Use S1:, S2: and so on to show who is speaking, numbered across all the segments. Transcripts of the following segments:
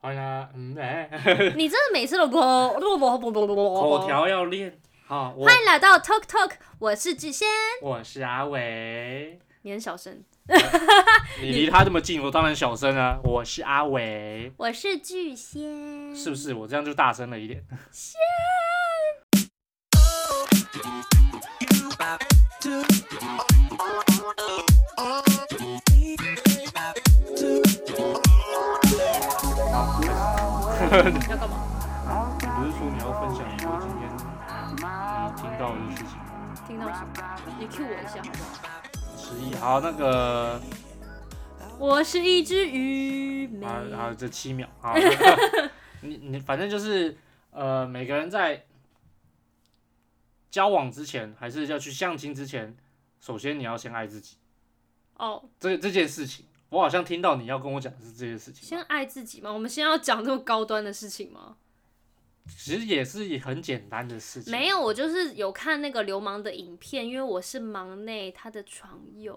S1: 好啦，嗯 哎，
S2: 你真的每次都咯咯咯咯咯咯
S1: 口。条要练好。我
S2: 欢迎来到 Talk Talk，我是志先，
S1: 我是阿伟，
S2: 你很小声。
S1: 你离他这么近，我当然小声啊。我是阿伟，
S2: 我是巨仙，
S1: 是不是？我这样就大声了一点。
S2: 你要干嘛？
S1: 你不是说你要分享你今天你听到的事情吗？
S2: 听到什么？你 Q 我一下好不好？
S1: 失忆。好，那个，
S2: 我是一只鱼，没
S1: 好，然后这七秒啊啊，好那个你你反正就是呃，每个人在交往之前，还是要去相亲之前，首先你要先爱自己。
S2: 哦，
S1: 这这件事情，我好像听到你要跟我讲的是这件事情，
S2: 先爱自己嘛。我们先要讲这么高端的事情吗？
S1: 其实也是很简单的事情。
S2: 没有，我就是有看那个流氓的影片，因为我是忙内他的床友，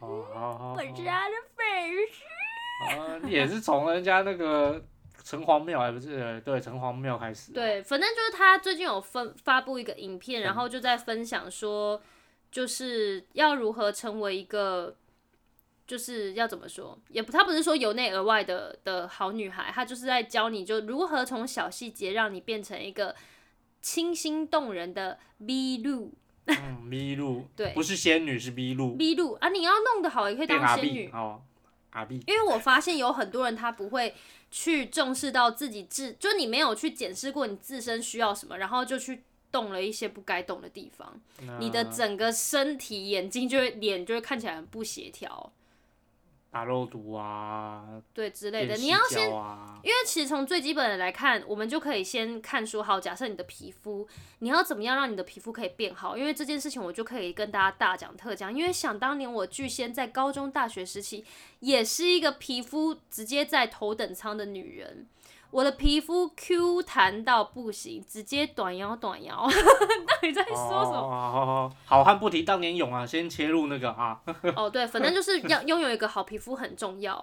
S1: 哦，好好，
S2: 我是他的粉丝。
S1: 啊，你也是从人家那个城隍庙，还不是呃对城隍庙开始。，
S2: 对，反正就是他最近有分发布一个影片，然后
S1: 嗯
S2: 就在分享说，就是要如何成为一个，就是要怎么说，也不他不是说由内而外的的好女孩，他就是在教你就如何从小细节让你变成一个清新动人的 B 路
S1: 嗯，咪露，
S2: 对
S1: 不是仙女是咪露，
S2: B 路啊，你要弄得好也可以
S1: 变
S2: 当
S1: 阿
S2: 仙女
S1: B，哦，阿 B，
S2: 因为我发现有很多人他不会去重视到自己自，就你没有去检视过你自身需要什么，然后就去动了一些不该动的地方，你的
S1: 那
S2: 整个身体、眼睛就会脸就会看起来很不协调，
S1: 打肉毒啊，
S2: 对之类
S1: 变
S2: 的。
S1: 细
S2: 你要先，
S1: 胶啊，
S2: 因为其实从最基本的来看，我们就可以先看说，好，假设你的皮肤，你要怎么样让你的皮肤可以变好？因为这件事情我就可以跟大家大讲特讲，因为想当年我巨仙在高中、大学时期也是一个皮肤直接在头等舱的女人，我的皮肤 Q 弹到不行，直接短摇短摇。 到底在说什么？
S1: 哦好好好，好汉不提当年勇啊，先切入那个啊。
S2: 哦，对，反正就是要拥有一个好皮肤很重要，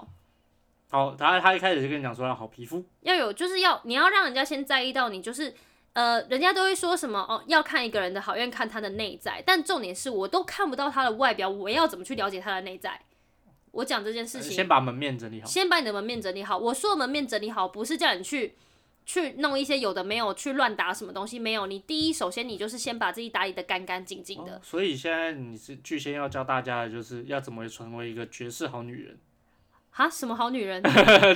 S1: 好，他他一开始就跟你讲说要好皮肤，
S2: 要有就是要你要让人家先在意到你，就是呃，人家都会说什么哦，要看一个人的好，要看他的内在，但重点是我都看不到他的外表，我要怎么去了解他的内在？我讲这件事情，
S1: 呃先把门面整理好。
S2: 先把你的门面整理好。我说的门面整理好，不是叫你去去弄一些有的没有，去乱打什么东西没有。你第一，首先你就是先把自己打理的干干净净的。
S1: 哦所以现在你是巨仙要教大家的就是要怎么成为一个绝世好女人，
S2: 哈，什么好女 人？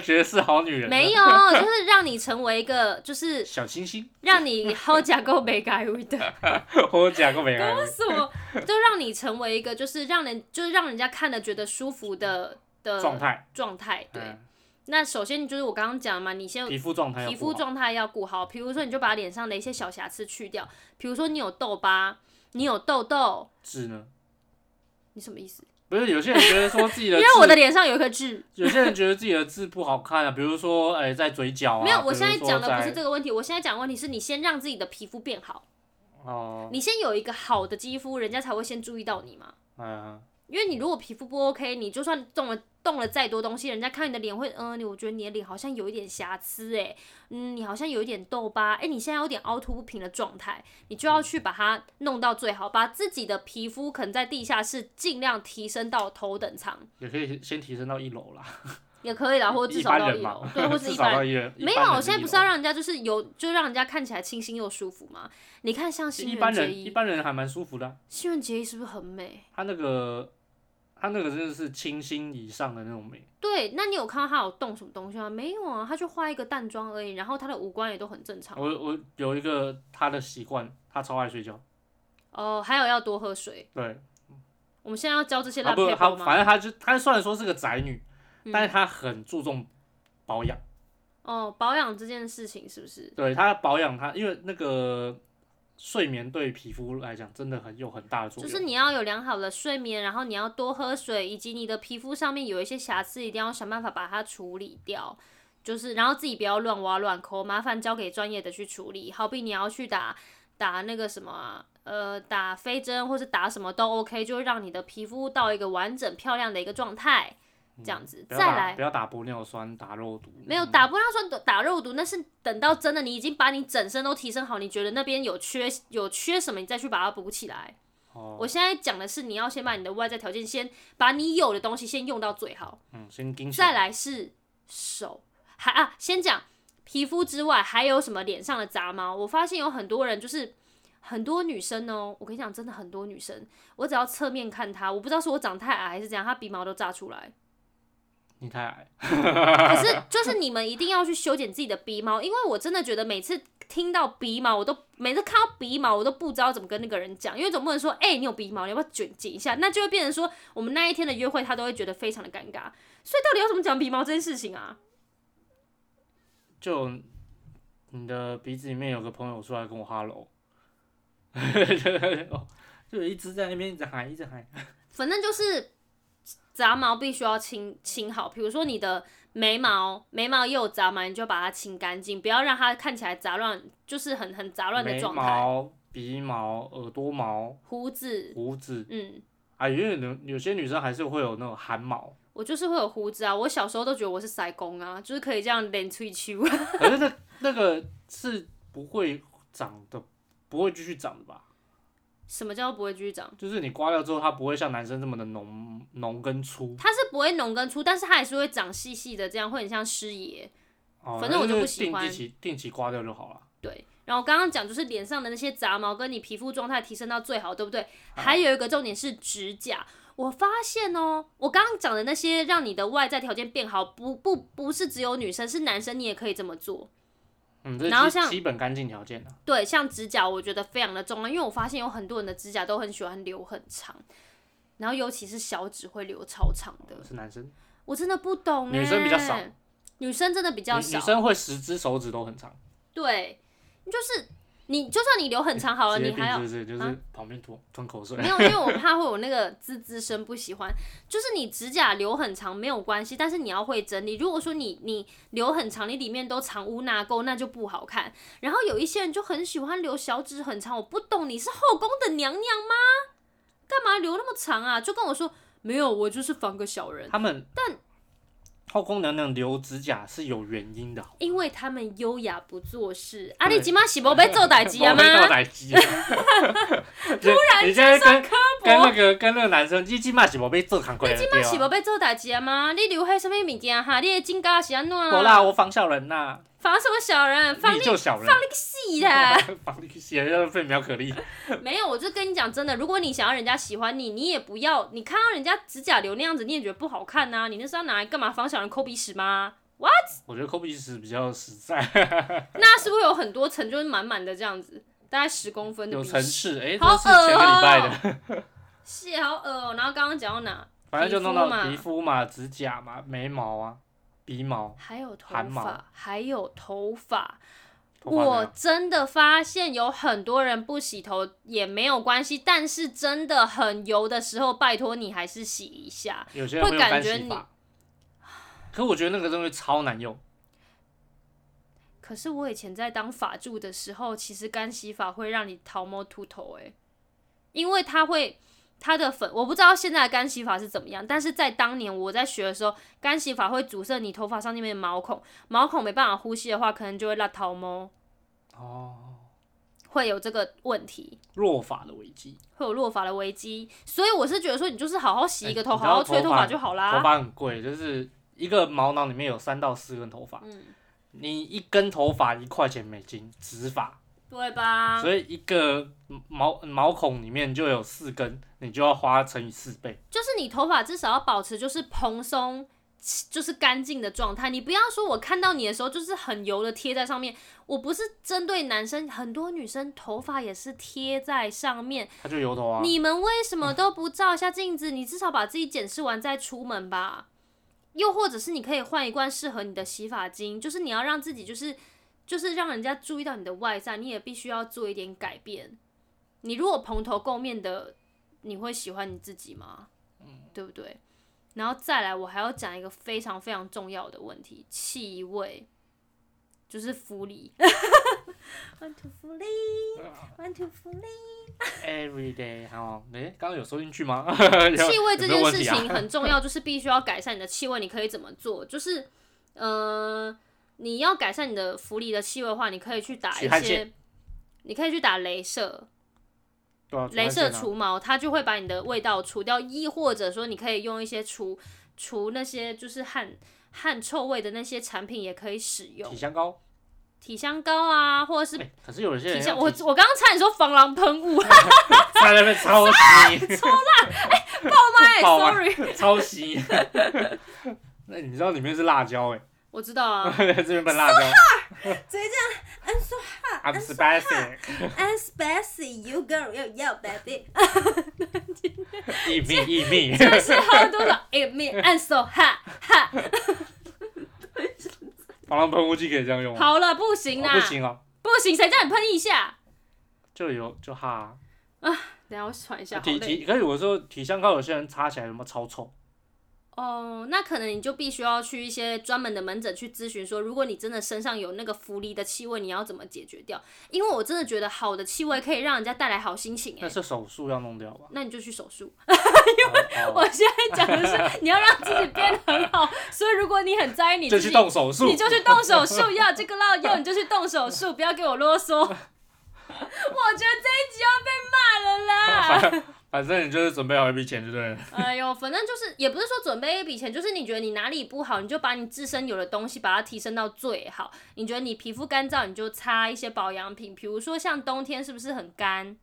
S1: 绝世好女人
S2: 没
S1: 有
S2: 有，就是让你成为一个，就是
S1: 小星星，
S2: 让你 好假够没改味的。
S1: 我讲过没有？
S2: 什么，就让你成为一个，就是让人，就是让人家看了觉得舒服的的
S1: 状态，
S2: 状态。对，
S1: 嗯
S2: 那首先就是我刚刚讲的嘛，你先
S1: 皮肤状态要
S2: 皮
S1: 顾好，
S2: 肤状态要顾好，比如说你就把脸上的一些小瑕疵去掉，比如说你有痘疤，你有痘痘，
S1: 痣呢？
S2: 你什么意思？
S1: 不是有些人觉得说自己的
S2: 因
S1: 痣，
S2: 为我的脸上有一颗痣。
S1: 有些人觉得自己的痣不好看啊，比如说哎、在嘴角啊，
S2: 没有，
S1: 比如
S2: 我现在
S1: 说
S2: 讲的不是
S1: 在
S2: 这个问题，我现在讲的问题是你先让自己的皮肤变好，
S1: 哦，
S2: 你先有一个好的肌肤，人家才会先注意到你嘛。
S1: 嗯，
S2: 因为你如果皮肤不 OK，你就算动了动了再多东西，人家看你的脸会，嗯、你我觉得你的脸好像有一点瑕疵、欸，嗯，你好像有一点痘疤，哎、你现在有点凹凸不平的状态，你就要去把它弄到最好，把自己的皮肤可能在地下室尽量提升到头等舱
S1: 也可以先提升到一楼啦，
S2: 也可以啦，或者至
S1: 一
S2: 少
S1: 般
S2: 到
S1: 人
S2: 一楼
S1: 嘛，，
S2: 对，或 者
S1: 至
S2: 一
S1: 少
S2: 般
S1: 到
S2: 人。
S1: 一人，一
S2: 没有，啊
S1: 般人
S2: 我现在不是
S1: 一
S2: 要
S1: 楼
S2: 让人家就是有，就让人家看起来清新又舒服吗？你看像
S1: 其
S2: 新
S1: 实一
S2: 垣
S1: 般
S2: 结
S1: 人一
S2: 衣，
S1: 般人还蛮舒服的啊、
S2: 新垣结衣是不是很美？
S1: 他那个他那个真的是清新以上的那种美，
S2: 对，那你有看到他有动什么东西吗？没有啊，他就化一个淡妆而已，然后他的五官也都很正常。
S1: 我我有一个他的习惯，他超爱睡觉。
S2: 哦，还有要多喝水。
S1: 对，
S2: 我们现在要教这些
S1: 啊
S2: 烂
S1: 不，
S2: 配
S1: 他
S2: 包吗？
S1: 反正他就他虽然说是个宅女，
S2: 嗯
S1: 但是他很注重保养。
S2: 哦，保养这件事情是不是？
S1: 对他保养他，因为那个睡眠对皮肤来讲真的很有很大的作
S2: 就
S1: 用。
S2: 是你要有良好的睡眠，然后你要多喝水，以及你的皮肤上面有一些瑕疵，一定要想办法把它处理掉。就是，然后自己不要乱挖乱抠，麻烦交给专业的去处理。好比你要去打打那个什么啊、呃，打飞针或是打什么都 OK，就会让你的皮肤到一个完整漂亮的一个状态。这样子，
S1: 嗯不要
S2: 再
S1: 打
S2: 来
S1: 不要打玻尿酸，打肉毒。
S2: 没有打玻尿酸打打肉毒，那是等到真的你已经把你整身都提升好，你觉得那边有缺有缺什么，你再去把它补起来。
S1: 哦，
S2: 我现在讲的是你要先把你的外在条件先把你有的东西先用到最好，
S1: 嗯，先盯起
S2: 再来是手，还啊先讲皮肤之外还有什么脸上的杂毛。我发现有很多人就是。很多女生哦，我跟你讲，真的很多女生，我只要侧面看她，我不知道是我长太矮还是怎样，她鼻毛都炸出来。
S1: 你太矮，
S2: 可 是就是你们一定要去修剪自己的鼻毛，因为我真的觉得每次听到鼻毛，我都每次看到鼻毛，我都不知道怎么跟那个人讲，因为总不能说，哎、你有鼻毛，你要不要卷剪一下？那就会变成说，我们那一天的约会，他都会觉得非常的尴尬。所以到底要怎么讲鼻毛这件事情啊？
S1: 就你的鼻子里面有个朋友出来跟我哈喽，哦 就有一只在那边一直喊，一直喊。
S2: 反正就是杂毛必须要清清好，比如说你的眉毛，眉毛也有杂毛，你就把它清干净，不要让它看起来杂乱，就是很很杂乱的
S1: 眉
S2: 状态。
S1: 毛、鼻毛、耳朵毛、
S2: 胡子，
S1: 胡子
S2: 嗯，
S1: 啊，因为有有些女生还是会有那种汗毛，
S2: 我就是会有胡子啊，我小时候都觉得我是腮公啊，就是可以这样连吹秋。
S1: 可是那那个是不会长的，不会继续长的吧？
S2: 什么叫不会继续长？
S1: 就是你刮掉之后，它不会像男生这么的浓浓跟粗。
S2: 它是不会浓跟粗，但是它还是会长细细的，这样会很像师爷。
S1: 哦，
S2: 反正我就不
S1: 那
S2: 喜欢
S1: 定定期定期刮掉就好了。
S2: 对，然后我刚刚讲就是脸上的那些杂毛跟你皮肤状态提升到最好，对不对？还有一个重点是指甲。我发现哦，我刚刚讲的那些让你的外在条件变好，不不不是只有女生，是男生你也可以这么做。
S1: 嗯，这
S2: 然后
S1: 是基
S2: 像
S1: 基本干净条件啊。
S2: 对，像指甲，我觉得非常的重要，因为我发现有很多人的指甲都很喜欢留很长，然后尤其是小指会留超长的，
S1: 是男生，
S2: 我真的不懂、欸。
S1: 女生比较少，
S2: 女生真的比
S1: 女
S2: 较
S1: 女
S2: 少。
S1: 生会十只手指都很长，
S2: 对，就是你，就算你留很长好了，
S1: 直接
S2: 哦你
S1: 并
S2: 还要
S1: 是不是就
S2: 啊
S1: 是旁边吐吞口水？
S2: 没有，因为我怕会有那个滋滋声，不喜欢。就是你指甲留很长没有关系，但是你要会整理。如果说你你留很长，你里面都藏污纳垢，那就不好看。然后有一些人就很喜欢留小指很长，我不懂你是后宫的娘娘吗？干嘛留那么长啊？就跟我说没有，我就是防个小人，
S1: 他们但后宫娘娘留指甲是有原因的，
S2: 因为他们优雅不做事。啊，
S1: 对
S2: 你今妈洗不被做歹机啊 吗？
S1: 到奶鸡。突然你现在跟跟那个跟那个男生，你起码是无被做扛过来的
S2: 今妈洗
S1: 对
S2: 不
S1: 啊。
S2: 被做歹机啊吗？你留迄什么物件哈？你的指甲是安怎
S1: 我
S2: 啦？
S1: 啦，我防小人呐，
S2: 防什么小人？防
S1: 你就小人，
S2: 那个屁 啦！
S1: 防你写要费苗可力。
S2: 没有，我就跟你讲真的，如果你想要人家喜欢你，你也不要，你看到人家指甲留那样子，你也觉得不好看呐、你那是要拿来干嘛？防小人抠鼻屎吗？
S1: 我觉得抠鼻屎比较实 在，
S2: 那是不是有很多层，就是满满的这样子，大概十公分的
S1: 有
S2: 鼻
S1: 层
S2: 屎？
S1: 次。哎，
S2: 好
S1: 这是前个礼拜
S2: 恶哦
S1: 的，
S2: 是好恶哦、然后刚刚讲到哪？
S1: 反正就弄到
S2: 皮肤嘛
S1: 皮肤嘛、指甲嘛、眉毛啊、鼻毛、
S2: 还有头
S1: 汗毛
S2: 发，还有头发。
S1: 头发
S2: 我
S1: 呢。
S2: 真的发现有很多人不洗头也没有关系，但是真的很油的时候，拜托你还是洗一下。
S1: 有些人会
S2: 会
S1: 用
S2: 感
S1: 干
S2: 觉
S1: 洗
S2: 你
S1: 法，可我觉得那个东西超难用。
S2: 可是我以前在当法助的时候，其实干洗法会让你桃毛秃头诶、因为它会它的粉，我不知道现在的干洗法是怎么样，但是在当年我在学的时候，干洗法会阻塞你头发上面的毛孔，毛孔没办法呼吸的话，可能就会拉桃毛，
S1: 哦，
S2: 会有这个问题，
S1: 弱法的危机，
S2: 会有落发的危机。所以我是觉得说，你就是好好洗一个头，
S1: 哎你知
S2: 好
S1: 道
S2: 好吹
S1: 头
S2: 头
S1: 发
S2: 发就好啦。
S1: 头发很贵，就是一个毛囊里面有三到四根头发，
S2: 嗯，
S1: 你一根头发一块钱美金，直发，
S2: 对吧？
S1: 所以一个毛毛孔里面就有四根，你就要花乘以四倍。
S2: 就是你头发至少要保持就是蓬松，就是干净的状态。你不要说我看到你的时候就是很油的贴在上面。我不是针对男生，很多女生头发也是贴在上面。
S1: 它就油头啊，
S2: 你们为什么都不照一下镜子？你至少把自己检视完再出门吧。又或者是你可以换一罐适合你的洗发精，就是你要让自己就是就是让人家注意到你的外在，你也必须要做一点改变。你如果蓬头垢面的，你会喜欢你自己吗？对不对？然后再来，我还要讲一个非常非常重要的问题——气味，就是福利。 ，want to flee，want to flee。
S1: Every day，好，诶、刚刚有收进去吗？
S2: 气味
S1: 有没有
S2: 这件
S1: 问
S2: 事
S1: 题啊
S2: 情很重要，就是必须要改善你的气味。你可以怎么做？就是，呃，你要改善你的浮离的气味的话，你可以去打
S1: 取
S2: 一
S1: 汗
S2: 些，你可以去打镭射，
S1: 对啊，
S2: 镭射
S1: 除汗腺啊
S2: 除毛，它就会把你的味道除掉。亦或者说，你可以用一些除除那些就是汗汗臭味的那些产品，也可以使用
S1: 体香膏。
S2: 体香膏啊，或者是
S1: 诶可是有些
S2: 体
S1: 人
S2: 香。
S1: 要
S2: 我
S1: 体
S2: 我刚刚差点说防狼喷 雾，
S1: 在那边抄袭，爆
S2: 妈
S1: 吗
S2: 耶，sorry，
S1: 抄袭。 那你知道里面是辣椒哎、
S2: 我知道 啊。
S1: 这边喷辣椒。
S2: 嗯
S3: I'm so
S1: I'm spicy,
S3: I'm spicy, you girl, yo yo baby。
S1: eat me, eat me。
S2: 真的是喝多少？It me and so hot hot。
S1: 防狼喷雾剂可以这样用吗？
S2: 好了，不行啦，
S1: 哦哦不，行哦，
S2: 不行，谁叫你喷一下？
S1: 就有就哈啊、
S2: 等一下我喘一下，好
S1: 体
S2: 累。
S1: 体，可是有时候体香膏有些人擦起来有没有超臭？
S2: 哦，那可能你就必须要去一些专门的门诊去咨询，说如果你真的身上有那个浮离的气味，你要怎么解决掉？因为我真的觉得好的气味可以让人家带来好心情、
S1: 那
S2: 哎，
S1: 是手术要弄掉吧？
S2: 那你就去手术。
S1: 哦
S2: 我现在讲的是你要让自己变得很好，所以如果你很在意你
S1: 就
S2: 自
S1: 去
S2: 己，
S1: 动手术
S2: 你。就去动手术，要这个要要你就去动手术，不要给我 啰嗦。我觉得这一集要被骂了啦。
S1: 反正你就是准备好一笔钱就对了。
S2: 哎呦，反正就是也不是说准备一笔钱，就是你觉得你哪里不好，你就把你自身有的东西把它提升到最好。你觉得你皮肤干燥，你就擦一些保养品，比如说像冬天是不是很干，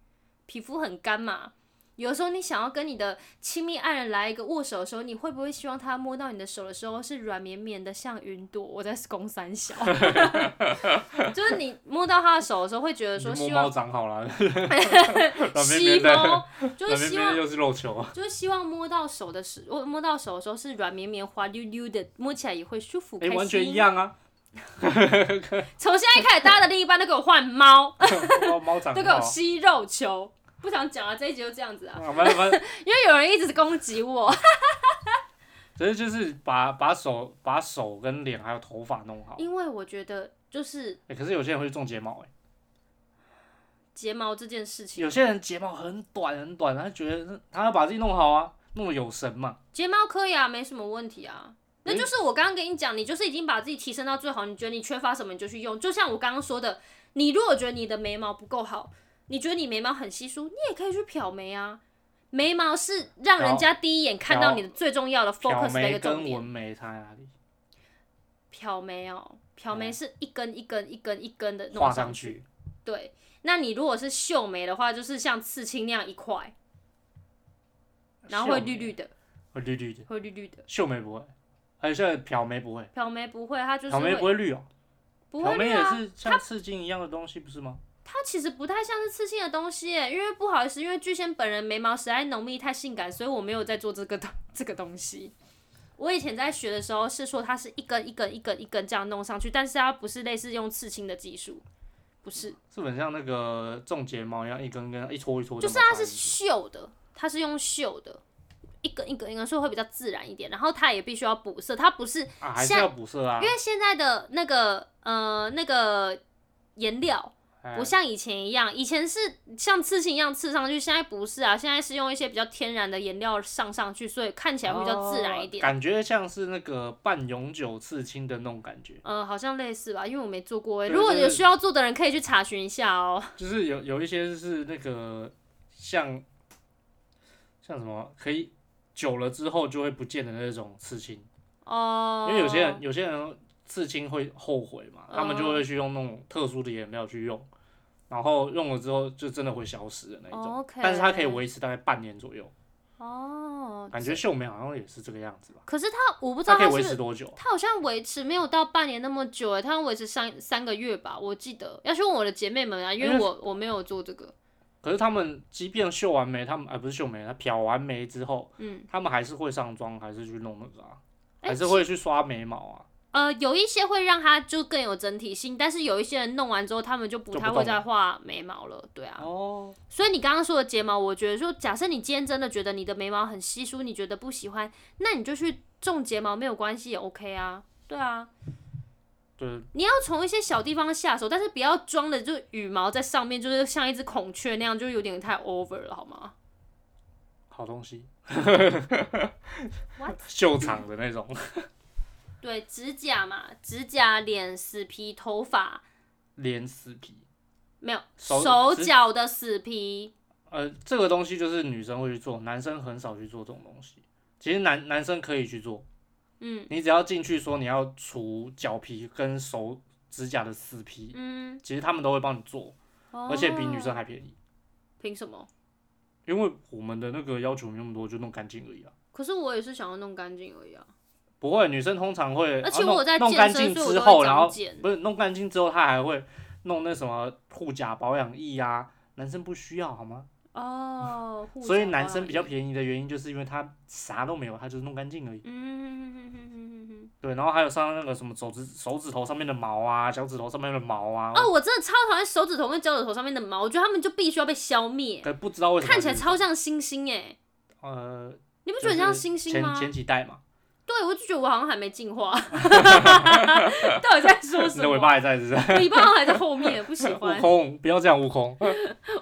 S2: 皮肤很干嘛？有时候你想要跟你的亲密爱人来一个握手的时候，你会不会希望他摸到你的手的时候是软绵绵的，像云朵？我在攻三小， 就是你摸到他的手的时候，会觉得
S1: 你就
S2: 说
S1: 摸
S2: 希
S1: 猫
S2: 望
S1: 掌好 了，软绵
S2: 吸
S1: 绵的，
S2: 猫
S1: 软，
S2: 就是
S1: 绵
S2: 希
S1: 绵
S2: 望
S1: 的又是肉球。
S2: 就是希望摸到手的时，我摸到手的时候是软绵绵、滑溜溜的，摸起来也会舒服、
S1: 哎、
S2: 开心。
S1: 完全一。样啊！
S2: 从现在开始，大家的另一半都给我 换猫，
S1: 猫猫掌
S2: 都
S1: 很
S2: 给
S1: 好
S2: 我吸肉球。不想讲了，这一集就这样子啊，
S1: 啊，反正反正，
S2: 因为有人一直攻击我。
S1: 只是就是把把手、把手跟脸还有头发弄好。
S2: 因为我觉得就是
S1: 哎、可是有些人会去种睫毛、哎，
S2: 睫毛这件事情，
S1: 有些人睫毛很短很短，他觉得他要把自己弄好啊，弄得有神嘛。
S2: 睫毛可以啊，没什么问题啊。那就是我刚刚跟你讲，你就是已经把自己提升到最好，你觉得你缺乏什么你就去用。就像我刚刚说的，你如果觉得你的眉毛不够好，你觉得你眉毛很稀疏，你也可以去漂眉啊。眉毛是让人家第一眼看到你的最重要的
S1: 挑
S2: focus 的一
S1: 眉
S2: 个重
S1: 跟
S2: 点
S1: 纹。眉差在哪里？
S2: 漂眉哦，漂眉是一根一根一根一根的弄
S1: 画
S2: 上
S1: 上
S2: 去。
S1: 去，
S2: 对，那你如果是秀眉的话，就是像刺青那样一块，然后会
S1: 秀眉
S2: 绿，绿的，
S1: 会绿绿的。
S2: 会绿绿的。
S1: 秀眉不会，还有像漂眉不会，
S2: 漂眉不会，它就是
S1: 漂眉不
S2: 会
S1: 会绿哦、
S2: 不
S1: 漂
S2: 会
S1: 眉
S2: 绿
S1: 也
S2: 啊。
S1: 是像刺青一样的东西，不是吗？
S2: 它其实不太像是刺青的东西耶，因为不好意思，因为巨仙本人眉毛实在浓密太性感，所以我没有在做这个东这个东西。我以前在学的时候是说它是一根一根一根一根这样弄上去，但是它不是类似用刺青的技术，不是，
S1: 是很像那个种睫毛一样，一根根一撮一撮这
S2: 就
S1: 么插进
S2: 是
S1: 去。
S2: 它是绣的，它是用绣的，一根一根一根，所以会比较自然一点。然后它也必须要补色，它不是
S1: 啊，还是
S2: 像
S1: 要补色啊
S2: 因，为现在的那个呃那个颜料
S1: 哎
S2: 不像以前一样，以前是像刺青一样刺上去，现在不是啊，现在是用一些比较天然的颜料上上去，所以看起来会比较自然一
S1: 哦
S2: 点。
S1: 感觉像是那个半永久刺青的那种感觉，
S2: 嗯、好像类似吧，因为我没做过、欸。
S1: 对
S2: 如果
S1: 就是
S2: 有需要做的人，可以去查询一下哦、
S1: 就是有有一些是那个像像什么可以久了之后就会不见的那种刺青，
S2: 哦、
S1: 因为有些人有些人刺青会后悔嘛，他们就
S2: 哦
S1: 会去用那种特殊的颜料去用，然后用了之后就真的会消失的那一种。
S2: 哦，OK
S1: 但是它可以维持大概半年左右，
S2: 哦，
S1: 感觉秀眉好像也是这个样子吧？
S2: 可是他我不知
S1: 它
S2: 道
S1: 可
S2: 他
S1: 以
S2: 是不
S1: 维持
S2: 是
S1: 多久啊？
S2: 他好像维持没有到半年那么久、欸，他要维持三三个月吧，我记得。要去问我的姐妹们啊，因
S1: 因
S2: 为
S1: 为
S2: 我我没有做这个。
S1: 可是他们即便秀完眉，他们啊、不是秀眉，他漂完眉之后，
S2: 嗯，
S1: 他们还是会上妆，还是去弄那个啊，
S2: 哎
S1: 还是会去刷眉毛啊。
S2: 呃，有一些会让它就更有整体性，但是有一些人弄完之后，他们就不
S1: 就不
S2: 太会
S1: 动
S2: 再
S1: 了
S2: 画眉毛了，对啊。
S1: 哦，
S2: 所以你刚刚说的睫毛，我觉得说，假设你今天真的觉得你的眉毛很稀疏，你觉得不喜欢，那你就去种睫毛没有关系，也 OK 啊，对啊。
S1: 对，
S2: 你要从一些小地方下手，但是不要装的就是羽毛在上面，就是像一只孔雀那样，就有点太 over 了，好吗
S1: 好东西
S2: What？
S1: 秀场的那种，
S2: 对，指甲嘛，指甲、脸、死皮、头发，
S1: 连死皮。
S2: 没有
S1: 手
S2: 手
S1: 指
S2: 脚的死皮，
S1: 呃，这个东西就是女生会去做，男生很少去做这种东西。其实男男生可以去做，
S2: 嗯
S1: 你只要进去说你要除脚皮跟手指甲的死皮，
S2: 嗯，
S1: 其实他们都会帮你做，而且比女生
S2: 哦
S1: 还便宜，
S2: 凭什么？
S1: 因为我们的那个要求没那么多，就弄干净而已啊。
S2: 可是我也是想要弄干净而已啊，
S1: 不会，女生通常会，
S2: 而
S1: 啊
S2: 且
S1: 弄
S2: 我在
S1: 弄干
S2: 健身，
S1: 净
S2: 所以我
S1: 之
S2: 都会
S1: 后，然
S2: 长
S1: 后
S2: 茧。
S1: 不是弄干净之后，她还会弄那什么护甲保养液啊，男生不需要好吗？
S2: 哦，护
S1: 所以
S2: 甲
S1: 男
S2: 保
S1: 生
S2: 养
S1: 比较
S2: 液
S1: 便宜的原因，就是因为他啥都没有，他就是弄干净而已。嗯
S2: 嗯，
S1: 对，然后还有上那个什么手指手指头上面的毛啊，脚趾头上面的毛啊，
S2: 哦，我真的超讨厌手指头跟脚趾头上面的毛，我觉得他们就必须要被消灭，
S1: 可不知道为什么
S2: 看起来
S1: 就是
S2: 超像星星哎、
S1: 呃，
S2: 你不
S1: 就
S2: 觉得很像
S1: 是
S2: 星星
S1: 前
S2: 吗？
S1: 前几代嘛，
S2: 对，我就觉得我好像还没进 化，到底在说
S1: 你
S2: 什
S1: 的
S2: 么？
S1: 尾巴还在是不是？
S2: 尾巴好像还在后面，不喜
S1: 悟
S2: 欢。
S1: 空，不要这样，悟空，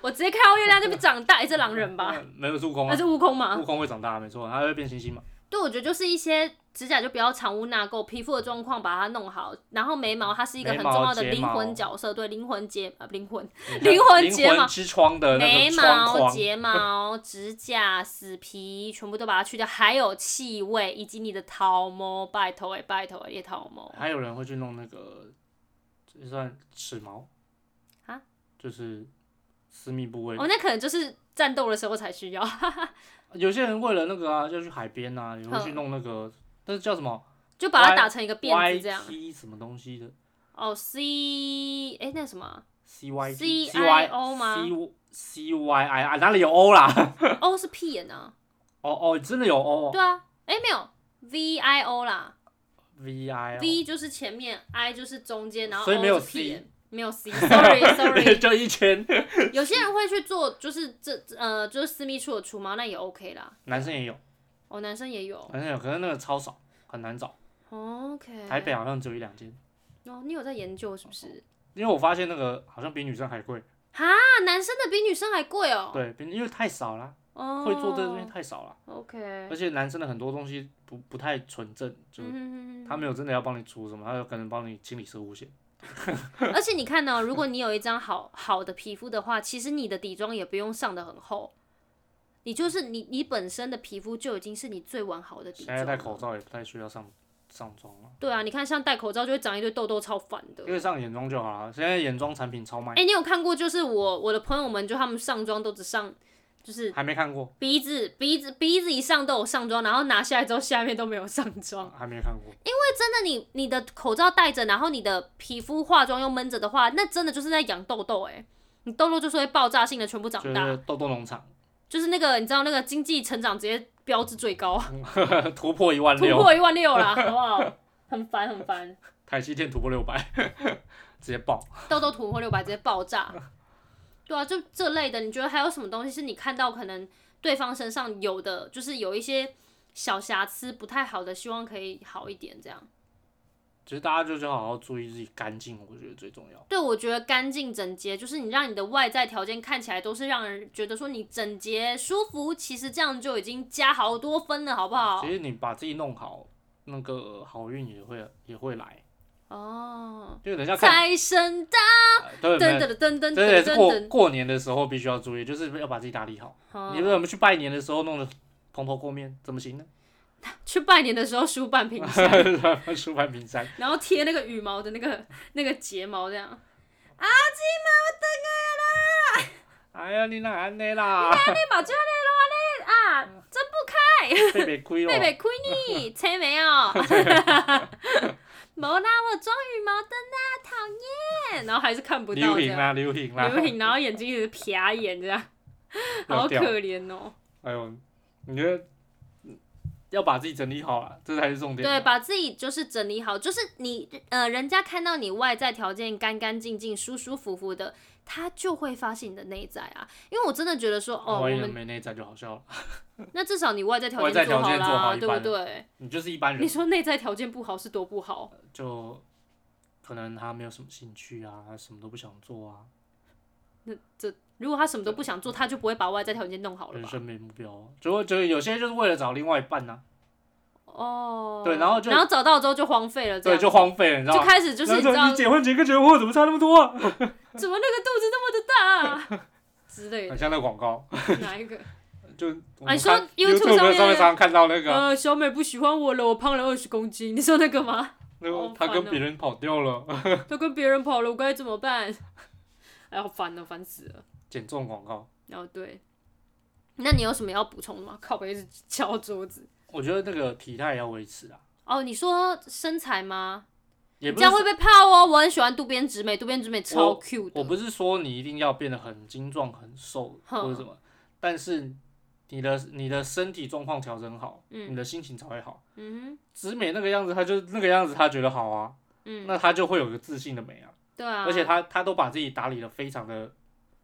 S2: 我直接看到月亮就被长大，也是狼人吧？
S1: 没 有是悟空
S2: 那、
S1: 啊
S2: 是，悟空吗
S1: 悟？空会长大，没错，他会变星星嘛。
S2: 对，我觉得就是一些指甲就不要藏污纳垢，皮肤的状况把它弄好，然后眉毛它是一个
S1: 眉
S2: 很
S1: 毛
S2: 重要的
S1: 睫
S2: 灵
S1: 毛
S2: 魂角色，对，灵魂睫啊灵魂
S1: 你看
S2: 灵魂
S1: 灵
S2: 睫毛
S1: 魂之窗的那
S2: 眉
S1: 个窗
S2: 毛、
S1: 框，
S2: 睫 毛、指甲、死皮，全部都把它去掉，还有气味以及你的桃毛，拜托哎，拜托哎，你的桃毛
S1: 还有人会去弄那个，这算齿毛
S2: 啊？
S1: 就是私密部位
S2: 哦，那可能就是战斗的时候才需要。
S1: 有些人为了那个啊，要去海边啊，也会去
S2: 嗯
S1: 弄那个，那是叫什么
S2: 就把它
S1: Y-
S2: 打成一个辫
S1: Y
S2: 子这样。
S1: T 什么东西的
S2: 哦，C，哎、那什么啊
S1: C Y
S2: C
S1: C
S2: I
S1: Y
S2: O 吗
S1: C C Y I 啊，哪里有 O 啦？
S2: ？O 是屁眼啊？
S1: 哦哦，真的有 O 哦
S2: 对啊，哎、没有，V I O 啦
S1: V I O，
S2: ，V 就是前面，I 就是中间，然后
S1: 所以没有
S2: O 是屁
S1: C
S2: 眼。没有 C，sorry，sorry，
S1: 就一圈，
S2: 有些人会去做，就是这呃，就是私密处的除毛，那也 OK 啦。
S1: 男生也有，
S2: 哦，男生也有
S1: 男生有，可是那个超少，很难找，
S2: ，OK。
S1: 台北好像只有一两间。
S2: 哦，你有在研究是不是？
S1: 因为我发现那个好像比女生还贵，
S2: 啊，男生的比女生还贵哦。
S1: 对，比因为太少了，
S2: 哦，
S1: 会做这个东西太少了，
S2: OK。
S1: 而且男生的很多东西不不太纯正，就
S2: 嗯
S1: 他没有真的要帮你除什么，他有可能帮你清理射物线。
S2: 嗯而且你看呢、如果你有一张好好的皮肤的话，其实你的底妆也不用上的很厚，你就是你你本身的皮肤就已经是你最完好的底
S1: 现
S2: 妆
S1: 在
S2: 了。
S1: 戴口罩也不太需要上上妆了，
S2: 对啊，你看像戴口罩就会长一堆痘痘，超烦的
S1: 因。为上眼妆就好了。现在眼妆产品超卖，
S2: 哎、你有看过就是我我的朋友们就他们上妆都只上就是
S1: 还没看过，
S2: 鼻子鼻子鼻子以上都有上妆，然后拿下来之后下面都没有上妆。
S1: 还没看过。
S2: 真的你你的口罩戴着，然后你的皮肤化妆又闷着的话，那真的就是在养痘痘哎、你痘痘就是会爆炸性的全部长
S1: 就
S2: 大。
S1: 是豆豆农场
S2: 就是那个你知道那个经济成长直接标志最高，
S1: 突破一万
S2: 突
S1: 六，
S2: 破一万六啦，好不好？很烦很烦，
S1: 台积电突破六百， 直接爆。
S2: 痘痘突破六百直接爆炸。对啊，就这类的，你觉得还有什么东西是你看到可能对方身上有的，就是有一些小瑕疵不太好的，希望可以好一点这样？
S1: 其实大家就是好好注意自己干净，我觉得最重要。
S2: 对，我觉得干净整洁，就是你让你的外在条件看起来都是让人觉得说你整洁舒服，其实这样就已经加好多分了，好不好
S1: 其？实你把自己弄好，那个好运也会也会来。
S2: 哦，
S1: 因为等一下看，
S2: 财神到。
S1: 呃对
S2: 噔
S1: 对
S2: 噔噔噔
S1: 对，
S2: 噔
S1: 这也是过
S2: 噔
S1: 过年的时候必须要注意，就是要把自己打理好。你
S2: 噔，
S1: 为我们去拜年的时候弄得蓬头垢面，怎么行呢？
S2: 去拜年的时候梳半瓶香，
S1: 出版平山，
S2: 然后贴那个羽毛的那个那个睫毛这样。
S1: 哎呀，你哪安尼 啦？
S2: 你把这里落嘞啊，这
S1: 被被亏
S2: 贝
S1: 哦。
S2: 贝亏 你，猜没有？ 没啦，我装羽毛灯啦，讨厌。然后还是看不到
S1: 流
S2: 这
S1: 行啊
S2: 样，
S1: 啦，流行啦，
S2: 流行，然后眼睛一直瞟 眼这样，好
S1: 要掉。
S2: 可怜哦。
S1: 哎呦，你觉得要把自己整理好了，这才是重点。啊
S2: 对，把自己就是整理好，就是你呃，人家看到你外在条件干干净净、舒舒服服的，他就会发现你的内在啊。因为我真的觉得说，哦，我
S1: 万一人
S2: 们
S1: 没内在就好笑了，
S2: 那至少你外在条
S1: 外在
S2: 件
S1: 条
S2: 好
S1: 件做
S2: 啦，
S1: 好一
S2: 对
S1: 半
S2: 不对？
S1: 你就是一般
S2: 你
S1: 人，
S2: 说内在条件不好是多不好？
S1: 就可能他没有什么兴趣啊，他什么都不想做啊，
S2: 如果他什么都不
S1: 嗯
S2: 想做，他就不会把外在条件弄好了
S1: 人
S2: 吧？
S1: 生没目标啊，就会就有些就是为了找另外一半呢、
S2: 哦，
S1: 对然后就
S2: 然后找到之后就荒废了，这
S1: 对，
S2: 样
S1: 就荒废了，你知道
S2: 就
S1: 吗？
S2: 开始就是你知
S1: 然
S2: 道
S1: 后结婚前跟结婚后怎么差那么多、啊？
S2: 怎么那个肚子那么的大、 啊、之 类
S1: 很像那个广告，
S2: 的，哪一个？
S1: 就我
S2: 啊
S1: 们
S2: 你说
S1: 看
S2: YouTube
S1: 上面
S2: 上
S1: 常
S2: 面
S1: 常看 到那个，
S2: 呃，小美不喜欢我了，我胖了二十公斤，你说那个吗？
S1: 那
S2: 好
S1: 个他
S2: 烦
S1: 跟
S2: 哦
S1: 别人跑掉了，
S2: 都跟别人跑了，我该怎么办？ 哎，好烦哦，烦死了。
S1: 减重广告。
S2: 然后对，那你有什么要补充的吗？靠，我一直敲桌子。
S1: 我觉得那个体态也要维持啊，
S2: 哦，你说身材吗？
S1: 也
S2: 你
S1: 不
S2: 这
S1: 是
S2: 样会被泡哦。我很喜欢渡边直美，渡边直美超
S1: 我
S2: Q
S1: 我
S2: 的。
S1: 不是说你一定要变得很精壮、很瘦
S2: 哼
S1: 或者什么，但是你的你的身体状况调整好，
S2: 嗯
S1: 你的心情才会好。
S2: 嗯
S1: 直美那个样子，她就那个样子，她觉得好啊，
S2: 哼，嗯，
S1: 那她就会有个自信的美啊。
S2: 对啊。
S1: 而且她她都把自己打理的非常的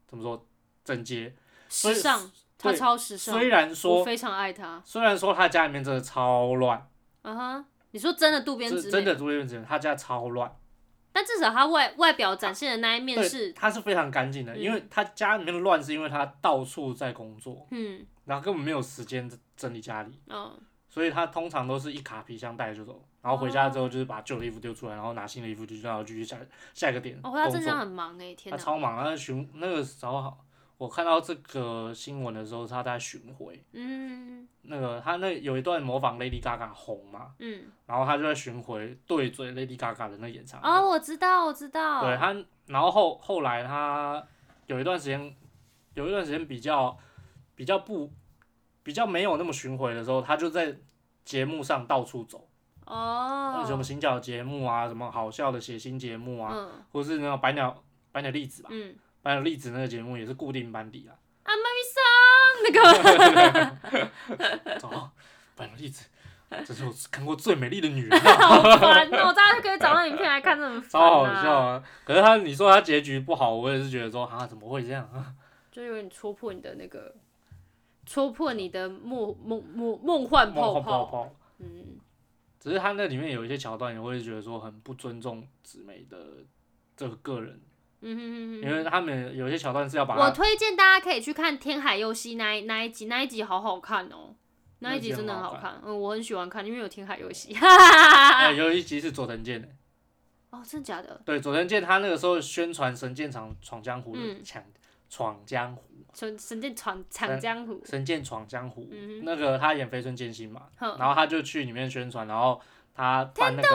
S1: 怎么说整洁。
S2: 时尚，他
S1: 对
S2: 超时尚
S1: 虽，然
S2: 我
S1: 说
S2: 非常爱他。
S1: 虽然说她家里面真的超乱，
S2: 嗯哼，你说真的渡边
S1: 真
S2: 直
S1: 真
S2: 美，
S1: 的朱院长她家超乱，
S2: 但至少他外外表展现的那一面
S1: 对，
S2: 是，
S1: 她是非常干净的，
S2: 嗯
S1: 因为她家里面的乱是因为她到处在工作，
S2: 嗯
S1: 然后根本没有时间整理家里。
S2: 哦
S1: 所以他通常都是一卡皮箱带就走，然后回家之后就是把旧的衣服丢出来，然后拿新的衣服就然后继续下下一个点
S2: 哦，
S1: 工
S2: 他真的
S1: 作。
S2: 很忙哎，天
S1: 他
S2: 哪，
S1: 超忙，他巡那个时候好，我看到这个新闻的时候，他在巡回。
S2: 嗯
S1: 那个他那有一段模仿 Lady Gaga 红嘛，
S2: 嗯，
S1: 然后他就在巡回对嘴 Lady Gaga 的那演唱会。
S2: 哦，我知道，我知
S1: 啊
S2: 道，
S1: 对他，然后后后来他有一段时间，有一段时间比较比较不比较没有那么巡回的时候，他就在节目上到处走。
S2: 哦，
S1: 什么行脚节目啊，什么好笑的谐星节目啊，
S2: 嗯
S1: 或是那种百鸟百鸟粒子吧，
S2: 嗯，
S1: 百鸟粒子那个节目也是固定班底啊。
S2: 那个
S1: 哦，百鸟粒子，这是我看过最美丽的女人、 啊，
S2: 好烦哦，大家就可以找到影片来看，这很烦、啊，
S1: 超好笑啊！可是他你说他结局不好，我也是觉得说啊，怎么会这样啊？
S2: 就有点戳破你的那个，戳破你的梦梦梦梦幻泡
S1: 泡泡
S2: 泡，
S1: 泡，
S2: 嗯，
S1: 只是他那里面有一些桥段，你会觉得说很不尊重姊妹的这个个人，
S2: 嗯哼哼哼
S1: 因为他们有些桥段是要把
S2: 我
S1: 他
S2: 推荐大家可以去看《天海佑希》那一那一集，那一集好好看哦，那一集真的很好看，嗯，我很喜欢看，因为有天海佑希，哈哈哈
S1: 哎
S2: 哈。
S1: 有一集是佐藤健的。
S2: 哦，真的假的？
S1: 对，佐藤健他那个时候宣传《神剑闯闯江湖》
S2: 嗯
S1: 的抢闯江湖，
S2: 神神剑闯闯江湖，
S1: 《神剑闯江湖》
S2: 嗯哼
S1: 那个他演绯村剑心嘛，
S2: 哼
S1: 然后他就去里面宣传，然后他扮那个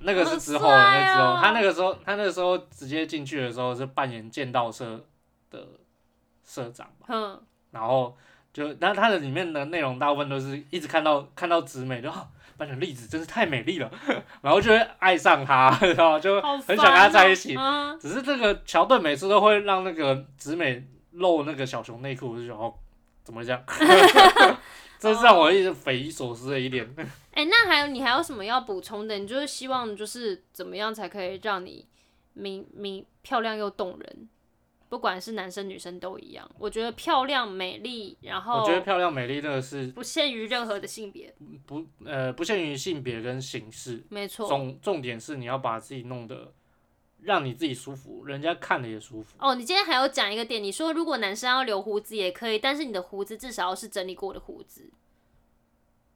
S1: 那个
S2: 好
S1: 是之后的，那之
S2: 帅
S1: 后
S2: 哦
S1: 他那个时候他那个时候直接进去的时候是扮演剑道社的社长吧，
S2: 哼，
S1: 然后就那他的里面的内容大部分都是一直看到看到直美就。啊扮演栗子真是太美丽了， 然后就会爱上他， 然后就
S2: 好
S1: 很想跟他在一起
S2: 烦。哦嗯，
S1: 只是这个桥段每次都会让那个直美露那个小熊内裤，我就觉得哦，怎么会这样？ 这是让我一直匪夷所思的一点。
S2: 哎、那还有你还有什么要补充的？你就是希望就是怎么样才可以让你明明漂亮又动人，不管是男生女生都一样。我觉得漂亮美丽，然
S1: 我
S2: 后
S1: 觉得漂亮美丽那个是
S2: 不限于任何的性别，
S1: 不呃不限于性别跟形式，
S2: 没错。
S1: 重重点是你要把自己弄得让你自己舒服，人家看了也舒服。
S2: 哦，你今天还有讲一个点，你说如果男生要留胡子也可以，但是你的胡子至少要是整理过的胡子，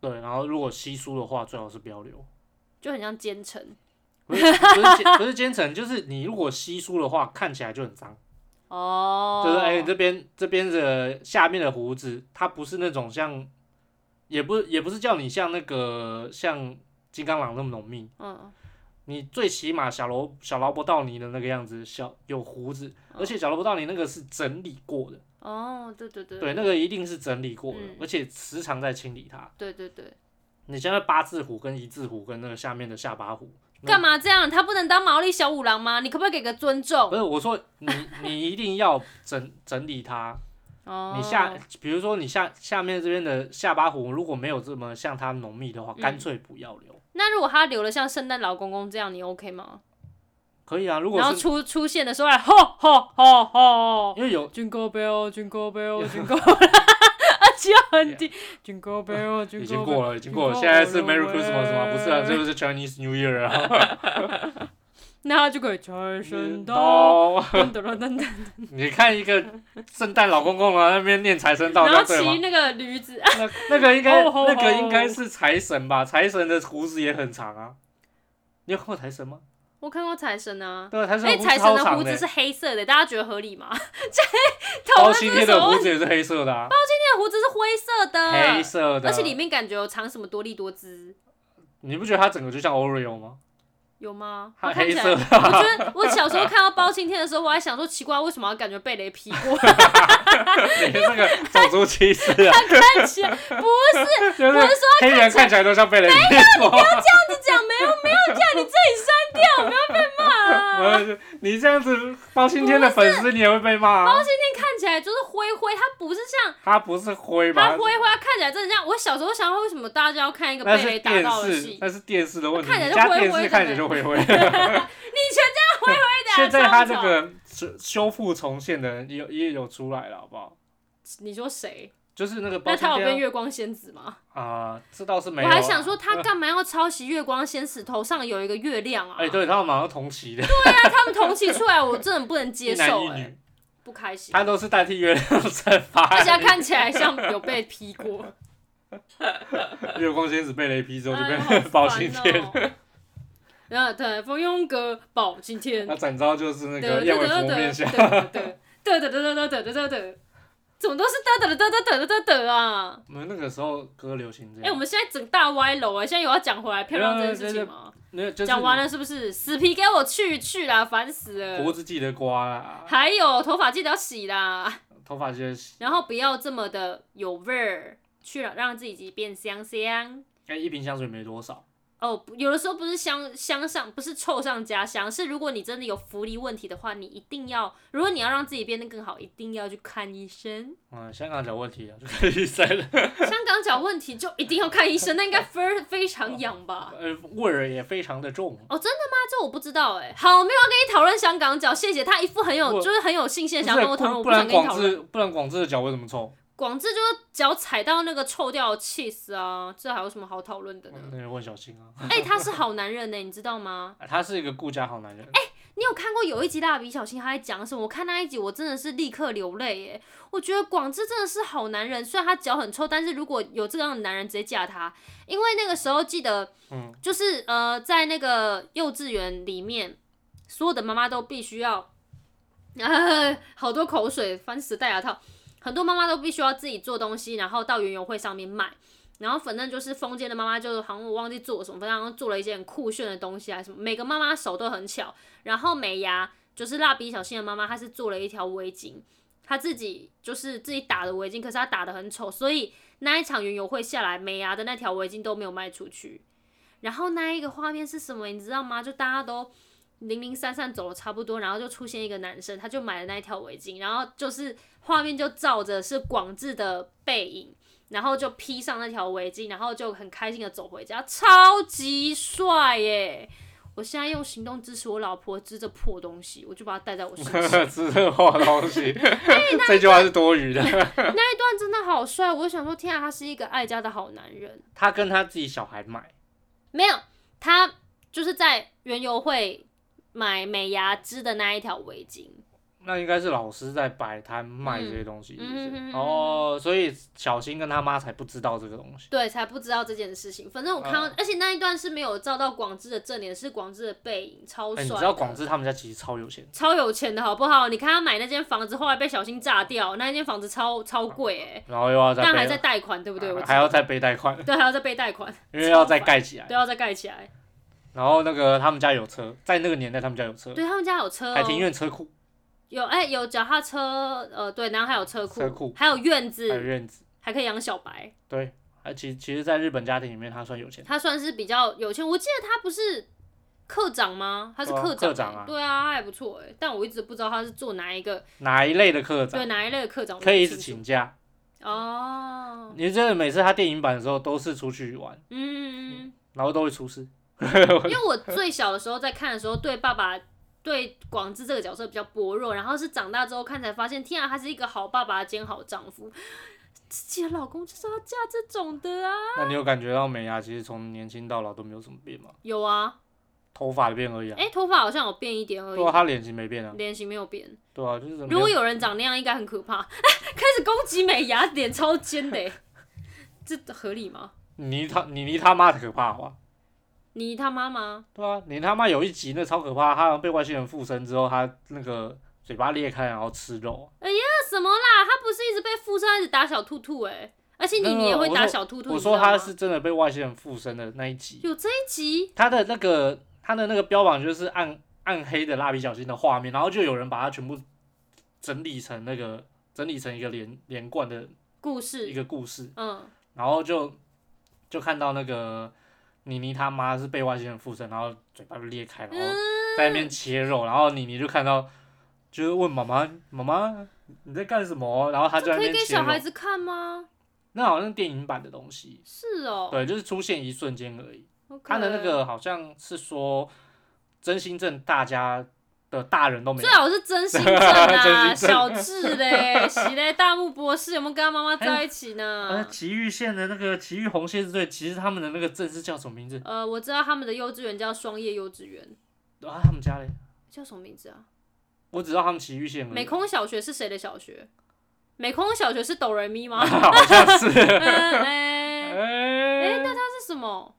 S1: 对，然后如果稀疏的话，最好是不要留。
S2: 就很像奸臣
S1: 不是不是奸不是奸臣，就是你如果稀疏的话，看起来就很脏。
S2: 哦。
S1: 就是哎、这边这边的下面的胡子，它不是那种像，也不也不是叫你像那个像金刚狼那么浓密，
S2: 嗯，
S1: 你最起码小罗小劳勃道尼的那个样子，小有胡子，而且小劳勃道尼那个是整理过的，
S2: 哦，对对对，
S1: 对，那个一定是整理过的，
S2: 嗯
S1: 而且时常在清理它。
S2: 对对对，
S1: 你现在八字胡跟一字胡跟那个下面的下巴胡，那
S2: 干嘛这样？他不能当毛利小五郎吗？你可不可以给个尊重
S1: 不？是我说你你一定要整整理它，
S2: 哦，
S1: 你下，比如说你下下面这边的下巴胡，如果没有这么像它浓密的话，
S2: 嗯
S1: 干脆不要留。
S2: 那如果他留了像圣诞老公公这样，你 OK 吗？
S1: 可以啊，如果
S2: 然后
S1: 是
S2: 出出现的时候，吼吼吼吼
S1: 因为有
S2: ，Jingle Bell Jingle Bell Jingle，Bell 啊，就很低，Jingle Bell Jingle，
S1: 已经过了，已经过了，
S2: 已经过了
S1: 现在是 Merry
S2: 喂
S1: Christmas 吗？不是啊，这个是 Chinese New Year 啊。
S2: 那他就可 以财神到，
S1: 刀，
S2: 噔噔噔 噔噔，
S1: 你看一个圣诞老公公啊，那边念财神到，
S2: 然后哦
S1: 那对
S2: 骑
S1: 吗？
S2: 那个驴子，啊
S1: 那那个应该，
S2: 吼吼吼
S1: 那个应该是财神吧？财神的胡子也很长啊。你有看过财神吗？
S2: 我看过财神啊。
S1: 对啊，财神
S2: 哎，
S1: 的胡
S2: 财
S1: 子
S2: 神
S1: 超
S2: 的
S1: 长
S2: 胡子
S1: 欸
S2: 是黑色的，大家觉得合理吗？ 这讨
S1: 包
S2: 论
S1: 青
S2: 这是
S1: 天
S2: 什
S1: 的
S2: 么
S1: 胡
S2: 问
S1: 子
S2: 题？
S1: 也是黑色的啊，
S2: 那胡子是灰色的，
S1: 黑色的。啊
S2: 而且里面感觉有藏什么多利多姿，
S1: 你不觉得它整个就像 Oreo 吗？
S2: 有吗？
S1: 它
S2: 我看
S1: 黑
S2: 起来，
S1: 色
S2: 我
S1: 的，
S2: 觉得我小时候看到包青天的时候，我还想说奇怪，为什么要感觉被雷劈 过？
S1: 你这个种族歧视啊！
S2: 看起来
S1: 就是黑人看起来都像被人骗过。
S2: 讲没有没有这样，你自己删掉，不要被骂、啊。
S1: 我也是你这样子，包青天的粉丝你也会被骂啊。
S2: 看起来就是灰灰，它不是像
S1: 他不是灰吧？
S2: 它灰灰，它看起来真的像我小时候想，为什么大家要看一个
S1: 那
S2: 被
S1: 是
S2: 雷打
S1: 电
S2: 到的
S1: 视呃
S2: 戏，？
S1: 那是电视的问题。
S2: 看起来
S1: 你
S2: 就
S1: 家
S2: 灰灰
S1: 电
S2: 的
S1: 视看起来就灰 灰。
S2: 你全家灰灰的、啊。
S1: 现在他
S2: 他
S1: 这，个修修复重现的人也有也有出来了，好不好？
S2: 你说谁？
S1: 就是那个包
S2: 那
S1: 青
S2: 他有变
S1: 天哦
S2: 月光仙子吗？
S1: 啊，这倒是没
S2: 我
S1: 有啊。
S2: 还想说他干嘛要抄袭月光仙子？头上有一个月亮啊！
S1: 哎，对他们好像同期的，
S2: 他们同期出来，我真的不能接
S1: 一男
S2: 受、
S1: 一
S2: 哎，
S1: 女，
S2: 不开心。
S1: 他都是代替月亮惩罚。
S2: 而且他看起来像有被劈过，
S1: 月光仙子被雷劈之 后就
S2: 哎
S1: 变成
S2: 好烦
S1: 包青天，
S2: 哦。然后对，蜂拥哥宝今天
S1: 他，展昭就是那
S2: 对
S1: 个
S2: 对
S1: 燕
S2: 对
S1: 尾服
S2: 对
S1: 面相。
S2: 对对对对对对对对，怎么都是得得得得得得得得啊！
S1: 我们那个时候歌流行这
S2: 哎，我
S1: 样，
S2: 们现在整大歪楼啊！现在有要讲回来漂亮这件事情吗？
S1: 那就是
S2: 讲完了是不是？死皮给我去去啦，烦死
S1: 胡
S2: 了！
S1: 子记得刮啦，
S2: 还有头发记得要洗啦，
S1: 头发记得洗，
S2: 然后不要这么的有味儿，去了让自己变香香。
S1: 哎，一瓶香水没多少，
S2: 哦，不有的时候不是香香上，不是臭上加香，是如果你真的有福利问题的话，你一定要，如果你要让自己变得更好，一定要去看医生。
S1: 嗯，香港脚问题啊， 就看医生，
S2: 香港脚问题就一定要看医生，那应该非非常痒吧？
S1: 呃，味儿也非常的重，
S2: 哦，真的吗？这我不知道哎、好，没有要跟你讨论香港脚，谢谢他一副很有
S1: 我
S2: 就是很有信
S1: 不
S2: 心
S1: 是
S2: 的想要跟我讨论，
S1: 不
S2: 我
S1: 不
S2: 想
S1: 然
S2: 跟你
S1: 广
S2: 讨论。
S1: 智不然广智的脚为什么臭？
S2: 广智就是脚踩到那个臭掉的 cheese 啊，这还有什么好讨论的呢？
S1: 那你问小新啊，
S2: 哎、他是好男人呢、你知道吗？
S1: 他是一个顾家好男人，
S2: 你有看过有一集《蜡笔小新》他在讲什么？我看那一集，我真的是立刻流泪耶！我觉得广志真的是好男人，虽然他脚很臭，但是如果有这样的男人，直接嫁他。因为那个时候记得，
S1: 嗯
S2: 就是呃，在那个幼稚园里面，所有的妈妈都必须要，啊，好多口水，烦死戴牙套。很多妈妈都必须要自己做东西，然后到园游会上面卖。然后反正就是封间的妈妈，就是好像我忘记做什么，反正好像做了一些很酷炫的东西啊什么。每个妈妈手都很巧，然后美牙就是蜡笔小新的妈妈，她是做了一条围巾，她自己就是自己打的围巾，可是她打的很丑，所以那一场园游会下来，美牙的那条围巾都没有卖出去。然后那一个画面是什么，你知道吗？就大家都零零散散走了差不多，然后就出现一个男生，他就买了那一条围巾，然后就是画面就照着是广志的背影，然后就披上那条围巾，然后就很开心的走回家，超级帅耶！我现在用行动支持我老婆织这破东西，我就把它带在我身上。
S1: 吃这破东西，
S2: 哎
S1: 这句话是多余 的。
S2: 那一段真的好帅，我就想说，天啊，他是一个爱家的好男人。
S1: 他跟他自己小孩买，
S2: 没有，他就是在园游会买美牙织的那一条围巾，
S1: 那应该是老师在摆摊卖这些东西，是不
S2: 嗯嗯嗯嗯
S1: 是？
S2: 嗯
S1: 哦，所以小新跟他妈才不知道这个东西。
S2: 对，才不知道这件事情。反正我看到，
S1: 哦
S2: 而且那一段是没有照到广志的正脸，是广志的背影，超
S1: 哎，
S2: 帅、
S1: 你知道广。智他们家其实超有钱，
S2: 超有钱的好不好？你看他买那间房子，后来被小新炸掉，那一间房子超超贵哎、
S1: 然后又要再
S2: 但还
S1: 背
S2: 在
S1: 了，
S2: 贷款，对不对？我记得
S1: 还要再背贷款，
S2: 对，还要再背贷款，
S1: 因为要再盖起来。
S2: 都要再盖起来。
S1: 然后那个他们家有车，在那个年代他们家有车，
S2: 对他们家有车、哦，
S1: 海庭院车库，
S2: 有哎、有脚踏车，呃，对，然后还有车库，
S1: 车库
S2: 还有院
S1: 还有
S2: 子，
S1: 院子，
S2: 还可以养小白。
S1: 对。而其其实，在日本家庭里面，他算有钱。
S2: 他算是比较有钱，我记得他不是科长吗？他是
S1: 对啊
S2: 科
S1: 课
S2: 长、
S1: 长啊
S2: 对啊，他还不错哎、但我一直不知道他是做哪一个，
S1: 哪一类的科
S2: 对
S1: 长
S2: 哪一类的科长，我
S1: 可以一
S2: 不
S1: 直
S2: 清楚
S1: 请假？
S2: 哦，
S1: 你真的每次他电影版的时候都是出去玩，
S2: 嗯，
S1: 然后都会出事。
S2: 因为我最小的时候在看的时候，对爸爸。对广志这个角色比较薄弱，然后是长大之后看才发现，天啊，他是一个好爸爸兼好丈夫。自己的老公就是要嫁这种的啊！
S1: 啊那你有感觉到美伢其实从年轻到老都没有什么变吗？
S2: 有啊，
S1: 头发的变而已啊，
S2: 哎、头发好像有变一点而
S1: 对啊，
S2: 已，
S1: 他脸型没变啊，
S2: 脸型没有变。
S1: 对啊，就是没有
S2: 如果有人长那样，应该很可怕。 开始攻击美牙，脸超尖的欸，这合理吗？
S1: 你他你你他妈的可怕好吧？
S2: 你他妈吗？
S1: 对啊，你他妈有一集那超可怕，他好像被外星人附身之后，他那个嘴巴裂开然后吃肉，
S2: 那什么啦？他不是一直被附身，一直打小兔兔哎、而且你
S1: 没有
S2: 你也
S1: 我
S2: 会打
S1: 说
S2: 小兔兔，
S1: 我
S2: 你
S1: 说
S2: 知道
S1: 他
S2: 吗
S1: 是真的被外星人附身的那一集，
S2: 有这一集，
S1: 他的那个他的那个标榜就是暗暗黑的蜡笔小新的画面，然后就有人把它全部整理成那个整理成一个连连贯的
S2: 故
S1: 一
S2: 事，
S1: 个故事，
S2: 嗯，
S1: 然后就就看到那个妮妮他妈是被外星人附身，然后嘴巴就裂开，然
S2: 嗯
S1: 后在那边切肉，然后妮妮就看到就是问妈妈妈妈你在干什么，然后她就
S2: 这
S1: 在
S2: 可
S1: 那
S2: 以
S1: 边
S2: 给
S1: 切肉
S2: 小，孩子看吗？
S1: 那好像是电影版的东西，
S2: 是哦，
S1: 对，就是出现一瞬间而已。
S2: OK
S1: 他的那个好像是说真心症，大家的大人都没有
S2: 最。好是真心正 啊，
S1: 真心正
S2: 小智嘞，喜嘞，大木博士有没有跟他妈妈在一起
S1: 呃，
S2: 呢？
S1: 奇遇县的那个奇遇红蝎子队，其实他们的那个正是叫什么名字
S2: 呃，我知道他们的幼稚园叫双叶幼稚园，
S1: 啊？他们家嘞，
S2: 叫什么名字啊？
S1: 嗯我只知道他们奇遇县而
S2: 美
S1: 已。
S2: 空小学是谁的小学？美空小学是哆瑞 咪 吗？
S1: 好像是。
S2: 嗯哎，
S1: 哎
S2: 那他是什么？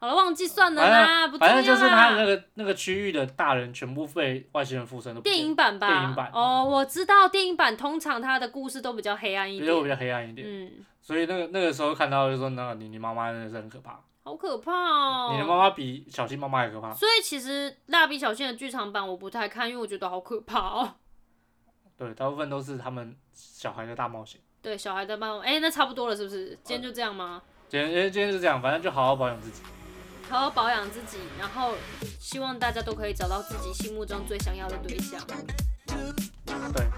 S2: 好了，忘记算了啦，
S1: 反
S2: 不
S1: 正
S2: 重要啊
S1: 反正就是他的那
S2: 啦。
S1: 个那个区域的大人全部被外星人附身的。
S2: 电影版吧，
S1: 电影版
S2: 哦，我知道电影版通常它的故事都比较黑暗一
S1: 比较比
S2: 点，
S1: 较黑暗一点，
S2: 嗯，
S1: 所以那个那个时候看到就说，那个你你妈妈真的是很可怕，
S2: 好可怕哦。
S1: 你的妈妈比小新妈妈还可怕。
S2: 所以其实《蜡笔小新》的剧场版我不太看，因为我觉得好可怕哦。
S1: 对，大部分都是他们小孩的大冒险。
S2: 对，小孩在办公，哎、那差不多了，是不是？今天就这样吗？
S1: 今天今天就这样，反正就好好保养自己。
S2: 好好保养自己，然后希望大家都可以找到自己心目中最想要的对象。
S1: 对，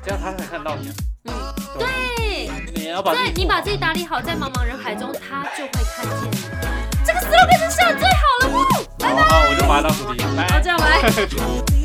S1: 这样他才看到你、啊。啊
S2: 嗯，
S1: 对
S2: 对，
S1: 你要把自
S2: 对
S1: 己
S2: 你
S1: 顾好
S2: 把自己打理好，在茫茫人海中，他就会看见你。这个 slogan 是想最好了，不？
S1: 好好，我就把它当主题。拜
S2: 好，这样拜。
S3: Baby,